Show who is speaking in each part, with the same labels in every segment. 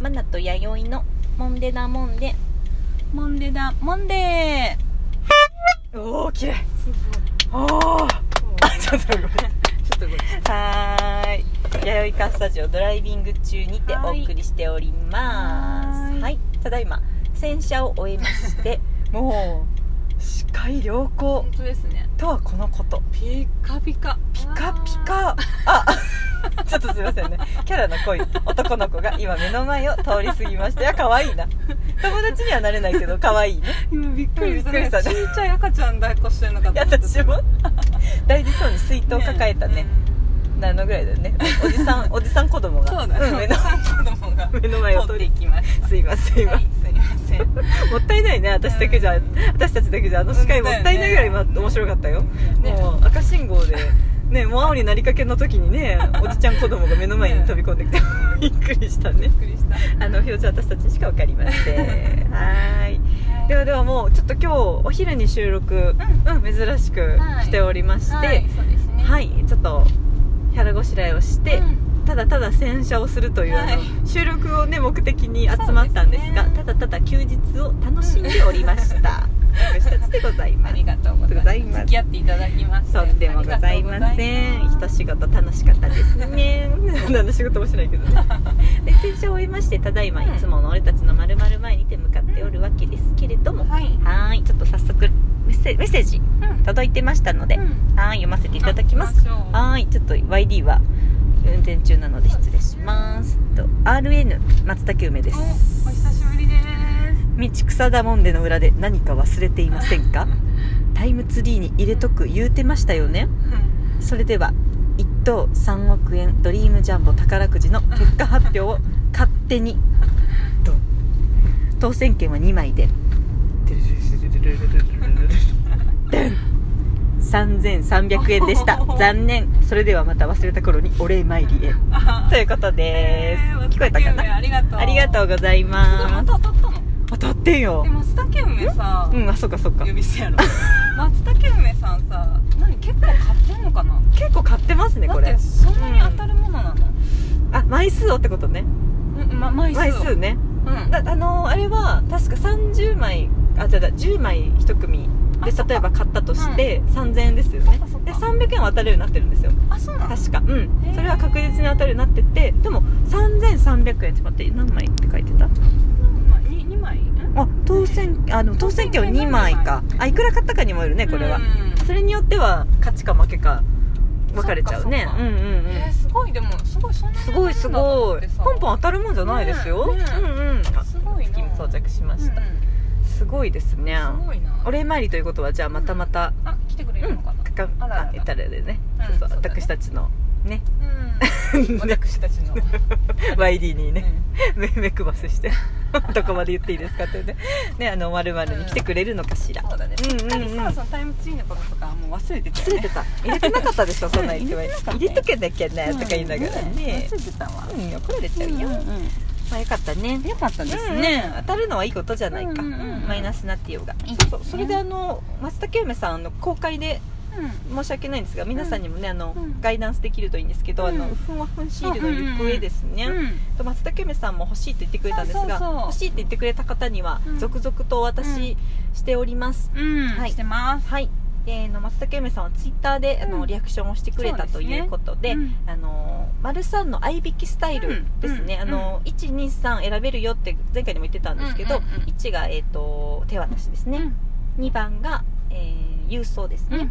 Speaker 1: マナと弥生のモンデダモンデ
Speaker 2: モンデだモンデーおお綺麗 おおちょっとごめんちょっとごめん
Speaker 1: はーい弥生カスタジオドライビング中にてお送りしておりますは
Speaker 2: はいい
Speaker 1: ただいま洗車を終えまして もう視界良好
Speaker 2: 本当ですね
Speaker 1: とはこのこと
Speaker 2: ピカピカ
Speaker 1: ピカピカあ ちょっとすいませんねキャラの濃い男の子が今目の前を通り過ぎましたいや可愛いな友達にはなれないけど可愛いね
Speaker 2: 今びっくりした
Speaker 1: びっ
Speaker 2: ね
Speaker 1: くりした
Speaker 2: ち
Speaker 1: ね
Speaker 2: っちゃい赤ちゃん抱っこしてるの か
Speaker 1: いや私も大事そうに水筒抱えたねなのぐらいだよ ねおじさんおじさん子供
Speaker 2: うん
Speaker 1: が
Speaker 2: そうだ
Speaker 1: ん
Speaker 2: ね
Speaker 1: 目の
Speaker 2: 子供が
Speaker 1: 目の前を
Speaker 2: 通
Speaker 1: 通
Speaker 2: っ
Speaker 1: り
Speaker 2: ていきまし
Speaker 1: すいませんすい
Speaker 2: た
Speaker 1: ま
Speaker 2: は
Speaker 1: せ
Speaker 2: いすいません
Speaker 1: んもったいないね私だけじゃ、
Speaker 2: うん
Speaker 1: 私たちだけじゃあの視界もったいないぐらい今
Speaker 2: 本当だよね
Speaker 1: 面白かったよ、
Speaker 2: ね
Speaker 1: もう赤信号でねもう青になりかけの時に ねおじちゃん子供が目の前に飛び込んできてびっくりしたね
Speaker 2: びっくりした
Speaker 1: あの表情私たちにしか分かりませんはーいではではもうちょっと今日お昼に収録、うん珍しくしておりまして、
Speaker 2: はいそうですね
Speaker 1: はい、ちょっと腹ごしらえをして、
Speaker 2: うん
Speaker 1: ただただ洗車をするという、あの
Speaker 2: はい
Speaker 1: 収録をね目的に集まったんですが
Speaker 2: そうですね
Speaker 1: ただただ休日を楽しんでおりました、私たちでござい
Speaker 2: あ
Speaker 1: ます
Speaker 2: りがとうございま
Speaker 1: 付
Speaker 2: す付
Speaker 1: き
Speaker 2: き
Speaker 1: 合
Speaker 2: 合
Speaker 1: っ
Speaker 2: っていただきまして
Speaker 1: とんでもございません一仕事楽しかったですね何の仕事もしないけどねで洗車を終えましてただいまい
Speaker 2: うん
Speaker 1: つもの俺たちのまるまる前にて向かっておるわけですけれども、
Speaker 2: はい
Speaker 1: はーいちょっと早速メッセメッセージ届いてましたので、はーい読ませていただきます
Speaker 2: あ
Speaker 1: はーいちょっと YD は運転中なので失礼しますと RN 松竹梅で
Speaker 2: おお
Speaker 1: す
Speaker 2: 久しぶりです
Speaker 1: 道草だもんでの裏で何か忘れていませんかタイムツリーに入れとく言うてましたよねそれでは1等3億円ドリームジャンボ宝くじの結果発表を勝手にドン当選券は2枚で3300円で した残念それではまた忘れた頃にお礼参 りへということです、聞こえたかな
Speaker 2: ありがとう
Speaker 1: ありがとうござい
Speaker 2: すごい
Speaker 1: ま
Speaker 2: ま
Speaker 1: す
Speaker 2: た当たったの
Speaker 1: 当たってんよ
Speaker 2: え松茸梅さ
Speaker 1: うんあそっかそっか
Speaker 2: 呼び捨て やろ松茸梅さんさ何結構買ってんのかな
Speaker 1: 結構買ってますね
Speaker 2: だ
Speaker 1: こ
Speaker 2: って
Speaker 1: れ
Speaker 2: そんなに当たるものなの
Speaker 1: あ枚数をってことね
Speaker 2: うんま枚数
Speaker 1: 枚数ね
Speaker 2: うん
Speaker 1: だあのーあれは確か30枚あじゃあ10枚1組で
Speaker 2: あそっか
Speaker 1: 例えば買ったとして、3000円ですよ
Speaker 2: そっ
Speaker 1: ね
Speaker 2: かそっ
Speaker 1: で
Speaker 2: か
Speaker 1: 300円は当たるようになってるんですよ
Speaker 2: あそうなの
Speaker 1: 確かう
Speaker 2: へ
Speaker 1: ん
Speaker 2: ー
Speaker 1: それは確実に当たるようになっててでも3300円ちょっと待って何枚って書いてた
Speaker 2: うんまあに二枚ん
Speaker 1: あ当選あの当選券は2枚かあいくら買ったかにもよるねこれは
Speaker 2: うん
Speaker 1: それによっては勝ちか負けか分かれちゃうね
Speaker 2: そ
Speaker 1: う
Speaker 2: っかそっか
Speaker 1: んうんうん
Speaker 2: えーすごいでもすごいそんなに
Speaker 1: すごいすごいポンポン当
Speaker 2: た
Speaker 1: たるもんじゃないですよ、
Speaker 2: ねえねえ
Speaker 1: うんうんあ
Speaker 2: すごいな
Speaker 1: 金装着しま
Speaker 2: うんうん
Speaker 1: した、すごいですね
Speaker 2: すごいな
Speaker 1: お礼参りということはじゃあまたまた、
Speaker 2: あ来てくれ
Speaker 1: うん
Speaker 2: るのかな
Speaker 1: かか
Speaker 2: あららら
Speaker 1: あえたらでね、
Speaker 2: うん
Speaker 1: そうそう
Speaker 2: そうだね
Speaker 1: 私たちのね
Speaker 2: うん私たちの
Speaker 1: YD にね、
Speaker 2: うん
Speaker 1: 目目くばせして どこまで言っていいですかってねねあのまるまるに来てくれるのかしら、
Speaker 2: そうだね。
Speaker 1: うんうんうん
Speaker 2: すっかりさ、そのタイムツリーのこととかはもう忘れてた
Speaker 1: 忘
Speaker 2: よ
Speaker 1: れ
Speaker 2: ね。
Speaker 1: てた入れてなかったで しょそんな言って
Speaker 2: うん入れてなかった
Speaker 1: 入れとけなきゃねとか言いながら
Speaker 2: うん
Speaker 1: ね
Speaker 2: 忘れてたわ。
Speaker 1: うん怒られちゃうよ、まあよかったね
Speaker 2: よかったです
Speaker 1: うんうん
Speaker 2: ね。
Speaker 1: 当たるのはいいことじゃないか、
Speaker 2: うんうんうん
Speaker 1: マイナスになってようが
Speaker 2: いい
Speaker 1: そうそうそれであの松竹梅さんあの公開で申し訳ないんですが皆さんにもねあの、
Speaker 2: うん
Speaker 1: ガイダンスできるといいんですけど、あの
Speaker 2: うん
Speaker 1: ふんわふんシールの行方ですね、
Speaker 2: うん。
Speaker 1: と松竹梅さんも欲しいと言ってくれたんですが
Speaker 2: そうそうそう
Speaker 1: 欲しいって言ってくれた方には
Speaker 2: うん
Speaker 1: 続々とお渡ししております、
Speaker 2: うん。
Speaker 1: はい
Speaker 2: してます。
Speaker 1: はいであの松竹梅さんはツイッターであの、
Speaker 2: うん
Speaker 1: リアクションをしてくれた
Speaker 2: そ
Speaker 1: と
Speaker 2: うですね
Speaker 1: いうことで、
Speaker 2: うん
Speaker 1: あの丸三の合いびきスタイルですね、
Speaker 2: うん
Speaker 1: あの123選べるよって前回にも言ってたんですけど、
Speaker 2: うんうんうん
Speaker 1: 1が、えー、と手渡しですね、2番が、えー郵送です
Speaker 2: うん。
Speaker 1: ね、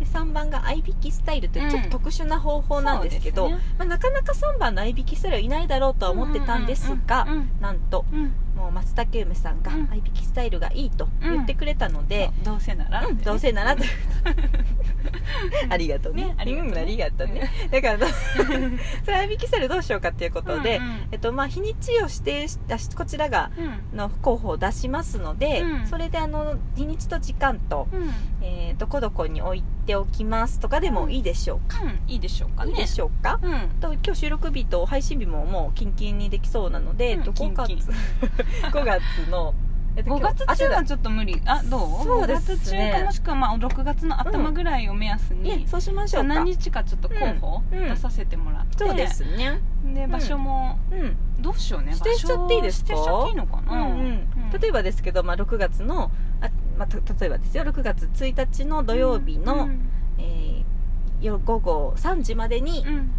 Speaker 1: で3番が合いびきスタイルというちょっと特殊な方法なんですけど、
Speaker 2: そうですね
Speaker 1: まあ、なかなか3番の合いびきスタイルはいないだろうとは思ってたんですが、
Speaker 2: うんうん
Speaker 1: なんと
Speaker 2: うんうんうん
Speaker 1: もう松竹梅さんが
Speaker 2: うん
Speaker 1: 合いびきスタイルがいいと言ってくれたので、
Speaker 2: そうどうせなら
Speaker 1: うんどうせならということで ありがとうね
Speaker 2: ねありがとうね
Speaker 1: んありがとう ねだからそれ合いびきスタイルどうしようかっていうことで、えっとまあ、日にちを指定しあしこちらがの候補を出しますので、
Speaker 2: うん
Speaker 1: それであの日にちと時間と、えーどこどこに置いておきますとかでもいいでしょうか、
Speaker 2: いいでしょうか
Speaker 1: い
Speaker 2: ね
Speaker 1: いでしょうか、
Speaker 2: うんうん
Speaker 1: と今日収録日 と配信日ももうキンキンにできそうなので、えっと
Speaker 2: キンキン
Speaker 1: 5月5月の
Speaker 2: 5月中は
Speaker 1: ょっ
Speaker 2: ちょっと無理あどう
Speaker 1: そうですね
Speaker 2: 5月中かもしくはまあ6月の頭ぐらいを目安に、
Speaker 1: そうしましょうか
Speaker 2: 何日かちょっと候補
Speaker 1: うんうん
Speaker 2: 出させてもらって、
Speaker 1: そうですね
Speaker 2: で場所も
Speaker 1: うん
Speaker 2: どうしようね
Speaker 1: 指定しちゃっていいですか
Speaker 2: 場所を指定しちゃっていいのか
Speaker 1: う
Speaker 2: な、
Speaker 1: んうん例えばですけど、まあ、6月のあ、まあ、た例えばですよ6月1日の土曜日の、
Speaker 2: うん
Speaker 1: えーよ午後3時までに
Speaker 2: う、ん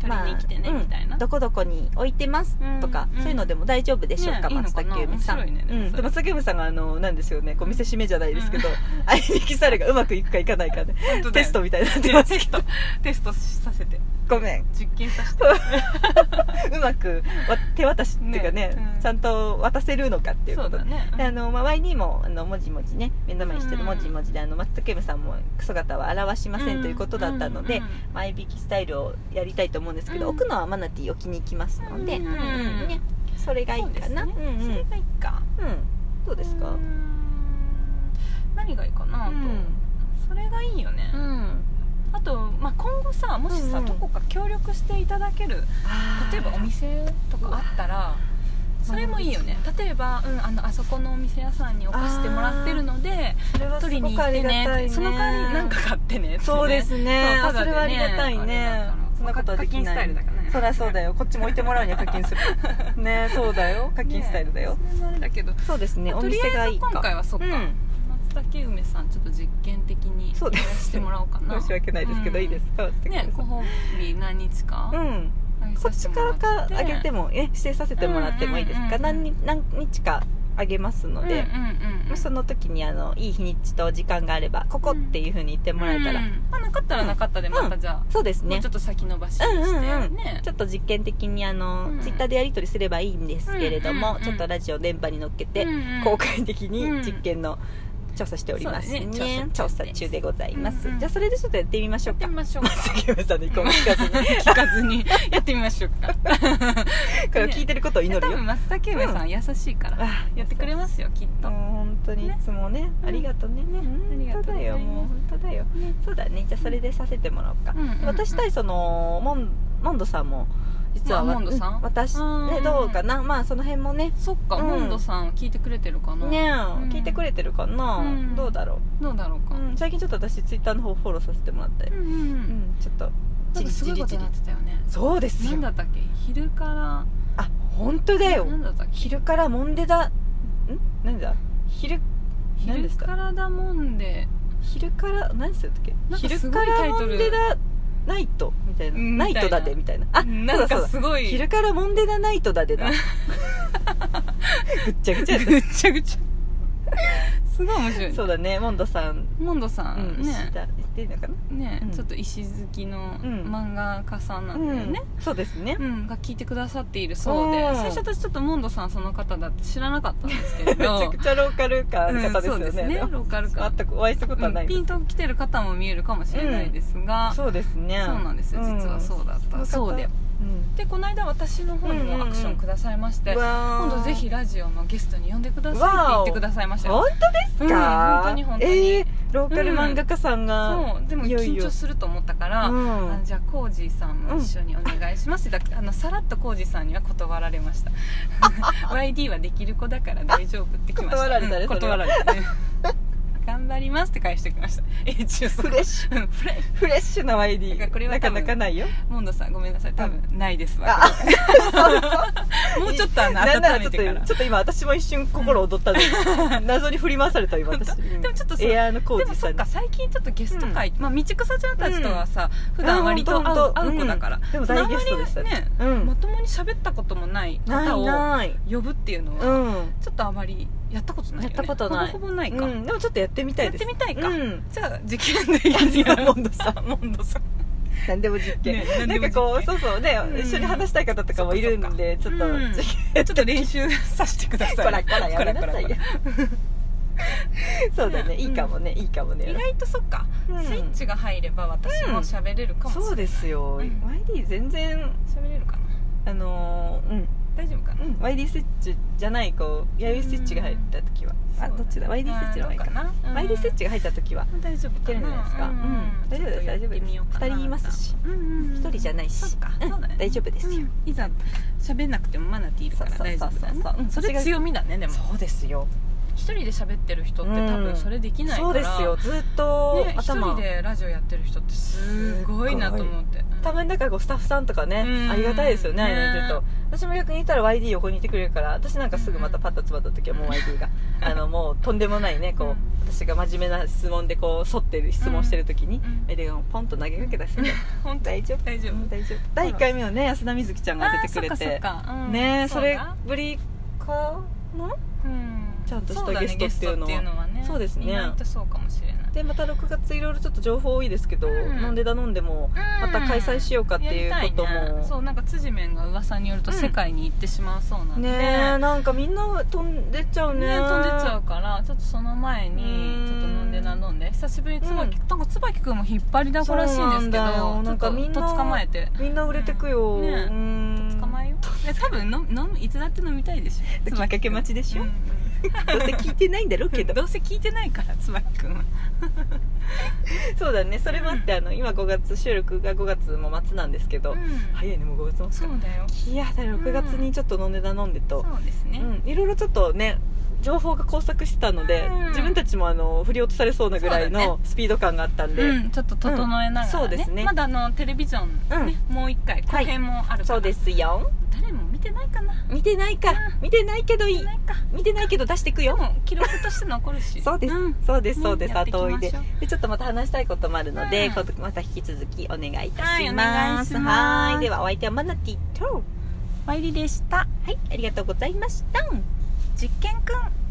Speaker 2: 取りに来てね、
Speaker 1: うん
Speaker 2: みたいな
Speaker 1: どこどこに置いてます
Speaker 2: うん
Speaker 1: とか、
Speaker 2: うん
Speaker 1: そういうのでも大丈夫でしょうか、
Speaker 2: ね
Speaker 1: 松
Speaker 2: いい
Speaker 1: 崎
Speaker 2: のかな
Speaker 1: 由美さん
Speaker 2: 面白いねでも
Speaker 1: うん
Speaker 2: それ
Speaker 1: で松崎由美さんがあのなんですよねこう見せしめじゃないですけど、あいにきされがうまくいくかいかないかで、
Speaker 2: 本当だ
Speaker 1: テ
Speaker 2: よ
Speaker 1: ストみたいになってます
Speaker 2: テストテストさせて
Speaker 1: ごめん
Speaker 2: 実験させて
Speaker 1: うまくわ手渡しっていうかね
Speaker 2: ねうん
Speaker 1: ちゃんと渡せるのかっていう
Speaker 2: そ
Speaker 1: こ
Speaker 2: う
Speaker 1: と
Speaker 2: だね
Speaker 1: であの、まあ、Y にもあのもじもじね目の前にしてる
Speaker 2: うん
Speaker 1: もじもじであの松竹部さんも姿は表しませんということだったので、
Speaker 2: うんうんうん
Speaker 1: 前引きスタイルをやりたいと思うんですけど、
Speaker 2: うん
Speaker 1: 置くのはマナティー置きに行きますので、
Speaker 2: うんうんうん
Speaker 1: ね、それがいいかな
Speaker 2: そうですね
Speaker 1: うんうん
Speaker 2: それがいいか
Speaker 1: うんどうですか
Speaker 2: ーん何がいいかな、あとそれがいいよね、
Speaker 1: ん
Speaker 2: あと、まあ、今後さもしさ、
Speaker 1: うんうん
Speaker 2: どこか協力していただける例えばお店とかあったらそれもいいよね例えば、うん、あのあそこのお店屋さんに置かせてもらってるので
Speaker 1: それは
Speaker 2: 取
Speaker 1: す
Speaker 2: り
Speaker 1: ご
Speaker 2: に
Speaker 1: く
Speaker 2: 行っ
Speaker 1: あ
Speaker 2: て
Speaker 1: りが
Speaker 2: ね
Speaker 1: たいね
Speaker 2: その代わりなんか買ってねってね
Speaker 1: そうですね
Speaker 2: そ
Speaker 1: あ
Speaker 2: う
Speaker 1: それはありがたい
Speaker 2: あれ
Speaker 1: ね
Speaker 2: だから
Speaker 1: そんなことはでき
Speaker 2: 課金スタ
Speaker 1: な
Speaker 2: イル
Speaker 1: い
Speaker 2: だからね
Speaker 1: そりゃそうだよこっちも置いてもらうには課金す るねそうだよ課金スタイルだよ、
Speaker 2: ねそれもあれだけど
Speaker 1: そうですねお
Speaker 2: とり
Speaker 1: 店
Speaker 2: あ
Speaker 1: が
Speaker 2: え
Speaker 1: い
Speaker 2: ず
Speaker 1: いか
Speaker 2: 今回はそっか、
Speaker 1: うん
Speaker 2: 松竹梅さんちょっと実験的に
Speaker 1: そうです
Speaker 2: してもらおうかな
Speaker 1: 申し訳ないですけど、
Speaker 2: うん
Speaker 1: いいですか松竹部さん
Speaker 2: ねご褒美何日か、
Speaker 1: うん
Speaker 2: あげ
Speaker 1: こ
Speaker 2: さ
Speaker 1: っち
Speaker 2: せて
Speaker 1: か
Speaker 2: も
Speaker 1: ら
Speaker 2: っ
Speaker 1: かあげてもえ指定させてもらってもいいですか、
Speaker 2: うんうんうんうん
Speaker 1: 何日何日かあげますので、
Speaker 2: うんうんうん
Speaker 1: まあその時にあのいい日にちと時間があればここっていうふうに言ってもらえたら、
Speaker 2: うんまあ、なかったらなかったで
Speaker 1: うん
Speaker 2: またじゃあ、
Speaker 1: そうですね
Speaker 2: もうちょっと先延ばしに
Speaker 1: うん
Speaker 2: して、
Speaker 1: うんうん
Speaker 2: ね
Speaker 1: ちょっと実験的にあの、
Speaker 2: うん
Speaker 1: ツイッターでやり取りすればいいんですけれども、
Speaker 2: うんうんうん
Speaker 1: ちょっとラジオ電波に乗っけて、
Speaker 2: うんうん
Speaker 1: 公開的に
Speaker 2: うん
Speaker 1: 実験の調査しておりますね,、
Speaker 2: そうですね
Speaker 1: 調
Speaker 2: 調
Speaker 1: 査
Speaker 2: 査中です
Speaker 1: 中でございます、
Speaker 2: うんうん
Speaker 1: じゃあそれでちょっとやってみましょ
Speaker 2: や
Speaker 1: う
Speaker 2: って
Speaker 1: か
Speaker 2: みましょうか
Speaker 1: 松崎梅さんの意向を聞かずに
Speaker 2: 聞か ずにやってみましょうか
Speaker 1: これを聞いてることを祈
Speaker 2: 多
Speaker 1: るよ、
Speaker 2: 分松竹梅さん優しいから、
Speaker 1: ああ
Speaker 2: やってくれますよきっと、
Speaker 1: もう本当にい
Speaker 2: ね
Speaker 1: つもねありがとうねね
Speaker 2: あり
Speaker 1: 本当
Speaker 2: がとう
Speaker 1: だ
Speaker 2: ござい
Speaker 1: よ
Speaker 2: ます
Speaker 1: もう本当だよ、そうだねじゃあそれでさせてもらおうか、
Speaker 2: うんうんうん
Speaker 1: 私対そのモンモンドさんも実は、
Speaker 2: まあモンドさん
Speaker 1: う私
Speaker 2: うんうんう
Speaker 1: ね
Speaker 2: ん
Speaker 1: どうかなまあその辺もね
Speaker 2: そっか、
Speaker 1: うん
Speaker 2: モンドさん聞いてくれてるかな、
Speaker 1: ねえ、
Speaker 2: ん
Speaker 1: 聞いてくれてるかな、
Speaker 2: うん
Speaker 1: どうだろ
Speaker 2: どうだろう
Speaker 1: う、
Speaker 2: か、
Speaker 1: うん最近ちょっと私ツイッターの方フォローさせてもらって
Speaker 2: う、んうん
Speaker 1: うんちょっと
Speaker 2: なんかすごいことになってたよね
Speaker 1: そうです
Speaker 2: 何
Speaker 1: よ
Speaker 2: だったっけ昼から
Speaker 1: あ本当だよ
Speaker 2: 何だったっけ
Speaker 1: 昼からモンデだん何だ昼何で
Speaker 2: 昼
Speaker 1: すか
Speaker 2: からだもんで
Speaker 1: 昼から何する時
Speaker 2: なんか
Speaker 1: 昼
Speaker 2: すご
Speaker 1: か
Speaker 2: いタ
Speaker 1: ら
Speaker 2: イト
Speaker 1: モ
Speaker 2: ル
Speaker 1: ンデだナイトみたいな
Speaker 2: うん
Speaker 1: ナイトだでみ
Speaker 2: み
Speaker 1: たいなあ
Speaker 2: なん
Speaker 1: そうだそう
Speaker 2: か
Speaker 1: だ
Speaker 2: すごい
Speaker 1: 昼からモンデだナイトだで だぐっちゃぐちゃやっ
Speaker 2: ぐ っちゃぐ ちゃすごい面白い
Speaker 1: た
Speaker 2: ね
Speaker 1: そうだねモンドさん
Speaker 2: モンドさ
Speaker 1: うん
Speaker 2: ん
Speaker 1: 知っ
Speaker 2: ね
Speaker 1: た言っていいのかな
Speaker 2: ね
Speaker 1: うん
Speaker 2: ちょっと石好きの
Speaker 1: うん
Speaker 2: 漫画家さんなんだよね
Speaker 1: うんそうですね
Speaker 2: うんが聞いてくださっているそうで
Speaker 1: うん
Speaker 2: 最初私ちょっとモンドさんその方だって知らなかったんですけ れ
Speaker 1: めちゃ
Speaker 2: ど
Speaker 1: くちゃローカル感
Speaker 2: う
Speaker 1: の
Speaker 2: ん
Speaker 1: 方です
Speaker 2: そ
Speaker 1: よ
Speaker 2: う
Speaker 1: ね
Speaker 2: ですねローカル感
Speaker 1: 全くお会いしたことはな
Speaker 2: う
Speaker 1: い
Speaker 2: ん
Speaker 1: です
Speaker 2: ピンと来てる方も見えるかもしれないですがそ
Speaker 1: そうですね
Speaker 2: うなんですよ実はそうだったそうで
Speaker 1: うん
Speaker 2: でこの間私の方にもアクションくださいまして今
Speaker 1: 今
Speaker 2: 度ぜひラジオのゲストに呼んでくださいって言ってくださいましたよ
Speaker 1: 本当ですか
Speaker 2: うん本当に本当に
Speaker 1: えーローカル漫画家さんが
Speaker 2: そうでも
Speaker 1: いよい
Speaker 2: 緊
Speaker 1: よ
Speaker 2: 張すると思ったから
Speaker 1: うん
Speaker 2: あのじゃあコージーさんも一緒にお願いします、だあのさらっとコージーさんには断られました YD はできる子だから大丈夫ってきました
Speaker 1: 断られたね
Speaker 2: うん
Speaker 1: それは
Speaker 2: 断られたね頑張りますって返してきましたえ中
Speaker 1: フレッシ
Speaker 2: ュフレッシ
Speaker 1: フレッシュな
Speaker 2: だから
Speaker 1: YD
Speaker 2: これは
Speaker 1: なか
Speaker 2: 多分
Speaker 1: なかないよ
Speaker 2: ュモンドさんごめんなさい多分ないですわ
Speaker 1: あ
Speaker 2: もうちょっとあの
Speaker 1: なんならちょ
Speaker 2: 温め
Speaker 1: ってと
Speaker 2: から
Speaker 1: ちょっと今私も一瞬心躍ったのに謎に振り回された今私
Speaker 2: 本当 でもちょっとそう
Speaker 1: エアーのコ
Speaker 2: で
Speaker 1: ー
Speaker 2: も
Speaker 1: ジさ
Speaker 2: そっ
Speaker 1: んに
Speaker 2: か最近ちょっとゲスト会、まあ道草ちゃんたちとはさ、普
Speaker 1: あ
Speaker 2: 段割と
Speaker 1: 本
Speaker 2: 会
Speaker 1: 当
Speaker 2: う
Speaker 1: 本当
Speaker 2: 会う子だから、
Speaker 1: うんでも大ゲストでしたね
Speaker 2: ね、
Speaker 1: うん
Speaker 2: まともに喋ったこともない
Speaker 1: な
Speaker 2: 方
Speaker 1: い
Speaker 2: を
Speaker 1: ない
Speaker 2: 呼ぶっていうのは、
Speaker 1: うん
Speaker 2: ちょっとあまりやったことないよ、ね、
Speaker 1: やったことない
Speaker 2: ほぼほぼないか、
Speaker 1: うんでもちょっとやってみたいです
Speaker 2: やってみたいか
Speaker 1: うん
Speaker 2: じゃあ受験でいいやモンドさんモンドさん
Speaker 1: 何でも実験、
Speaker 2: ね何
Speaker 1: な
Speaker 2: で
Speaker 1: ん
Speaker 2: も実験
Speaker 1: かこうそうそうね、
Speaker 2: うん
Speaker 1: 一緒に話したい方とかもいるんでちょっと、
Speaker 2: うん
Speaker 1: 実験
Speaker 2: ちょっと練習させてください
Speaker 1: こらこらやめなさい
Speaker 2: こ
Speaker 1: よ
Speaker 2: らこらこ
Speaker 1: そうだね、
Speaker 2: うん
Speaker 1: いいかもねいいかも
Speaker 2: ら意
Speaker 1: ね
Speaker 2: 外とそっか、
Speaker 1: うん
Speaker 2: スイッチが入れば私も喋れるかもしれない、
Speaker 1: そうですよ、
Speaker 2: うん
Speaker 1: YD 全然
Speaker 2: 喋れるかな
Speaker 1: あのーうん
Speaker 2: 大丈夫かな
Speaker 1: うん、YD スイッチじゃないこう弥生スイッチが入った時は、あ
Speaker 2: そう
Speaker 1: どっちだ YD スイッチの方がいいかな、
Speaker 2: あーどうかなうん
Speaker 1: YD スイッチが入った時は
Speaker 2: 大丈夫か
Speaker 1: いけるんじゃないですかうん大丈夫です大丈夫です二人いますし
Speaker 2: 一
Speaker 1: 一人じゃないし
Speaker 2: そうか、
Speaker 1: うん
Speaker 2: そうだね
Speaker 1: 大丈夫ですよ
Speaker 2: うんいざ喋んなくてもマナティーいるから
Speaker 1: そうそう
Speaker 2: 大
Speaker 1: そ
Speaker 2: 丈
Speaker 1: うそう
Speaker 2: 夫だね
Speaker 1: うん
Speaker 2: そ
Speaker 1: それ
Speaker 2: れ
Speaker 1: が
Speaker 2: 強みだねでも
Speaker 1: そうですよ
Speaker 2: 一人で喋ってる人って
Speaker 1: うん
Speaker 2: 多分それできないから、
Speaker 1: そうですよずっと
Speaker 2: ね、一
Speaker 1: 頭、
Speaker 2: 人でラジオやってる人ってすごいなと思って
Speaker 1: たまになんかこうスタッフさんとかね
Speaker 2: うん
Speaker 1: ありがたいですよねああいうの
Speaker 2: ね
Speaker 1: いてると私も逆にいたら YD 横にいてくれるから私なんかすぐまたパッと詰まった時はもう YD があのもうとんでもないねこう私が真面目な質問でこう沿ってる質問してる時に
Speaker 2: うん
Speaker 1: YD がポンと投げかけたりするんだよ
Speaker 2: 本当
Speaker 1: 大丈夫
Speaker 2: 大丈夫
Speaker 1: 大丈夫第1回目のね安田瑞希ちゃんが出てくれ
Speaker 2: あーそ
Speaker 1: て
Speaker 2: っかそっかうん
Speaker 1: ねえそうれ
Speaker 2: だ
Speaker 1: ぶりかな
Speaker 2: うん
Speaker 1: ちゃんとした
Speaker 2: そうだね
Speaker 1: ゲストっていうの
Speaker 2: ゲストってね
Speaker 1: そうですね
Speaker 2: 意外とそうかもしれない
Speaker 1: でまた6月いろいろちょっと情報多いですけど、
Speaker 2: うん
Speaker 1: 飲んで頼んでも
Speaker 2: ま
Speaker 1: また開催しようかっていうことも
Speaker 2: そうなんか辻面が噂によると
Speaker 1: うん
Speaker 2: 世界に行ってしまうそうなんで、
Speaker 1: ねえなんかみんな飛んでっちゃうね
Speaker 2: ね飛んでっちゃうからちょっとその前
Speaker 1: う
Speaker 2: に
Speaker 1: ん
Speaker 2: ちょっと飲んでな飲んで久しぶりに椿、
Speaker 1: う
Speaker 2: なんか椿君も引っ張りだこらしいんですけど
Speaker 1: そうなんだよ
Speaker 2: ち
Speaker 1: な
Speaker 2: ょっ
Speaker 1: んかみん
Speaker 2: と
Speaker 1: な
Speaker 2: と捕まえて
Speaker 1: みんな売れてくよ、
Speaker 2: ねえ
Speaker 1: うん
Speaker 2: 捕まえよういや多分飲む飲むいつだって飲みたいでし ょ
Speaker 1: きっかけ待ちでしょ
Speaker 2: うん
Speaker 1: どうせ聞いてないんだろう
Speaker 2: う
Speaker 1: け
Speaker 2: ん
Speaker 1: ど
Speaker 2: どうせ聞いてないから椿君は
Speaker 1: そうだねそれもあってあの今5月収録が5月も末なんですけど、早いねもう5月
Speaker 2: そ
Speaker 1: 末か
Speaker 2: うだよ
Speaker 1: いやだ6月にちょっと飲んで頼んで
Speaker 2: そ
Speaker 1: と、
Speaker 2: うですね、
Speaker 1: うんいろいろちょっとね情報が交錯してたので、
Speaker 2: うん
Speaker 1: 自分たちもあの振り落とされそうなぐらい
Speaker 2: そうだ
Speaker 1: のスピード感があったんで、
Speaker 2: うん、ちょっと整えながら、ね
Speaker 1: うんそうですね
Speaker 2: まだあのテレビジョン、ねもう一回後編もあるから、
Speaker 1: そうですよ
Speaker 2: 誰も見てないかな
Speaker 1: 見てないか見てないけどい
Speaker 2: 見
Speaker 1: い
Speaker 2: てないか
Speaker 1: 見てないけど出してく
Speaker 2: で
Speaker 1: よ
Speaker 2: も記録として残るし
Speaker 1: そうです、
Speaker 2: ん
Speaker 1: そうですそうです、
Speaker 2: うんやっていきま
Speaker 1: 後
Speaker 2: しょう
Speaker 1: 追いででちょっとまた話したいこともあるので、
Speaker 2: うん
Speaker 1: 今度また引き続きお願いいた
Speaker 2: はい
Speaker 1: し
Speaker 2: お願
Speaker 1: ま
Speaker 2: い
Speaker 1: す
Speaker 2: します
Speaker 1: はいではお相手はマナティと
Speaker 2: ワイリでした
Speaker 1: はいありがとうございました
Speaker 2: 実験くん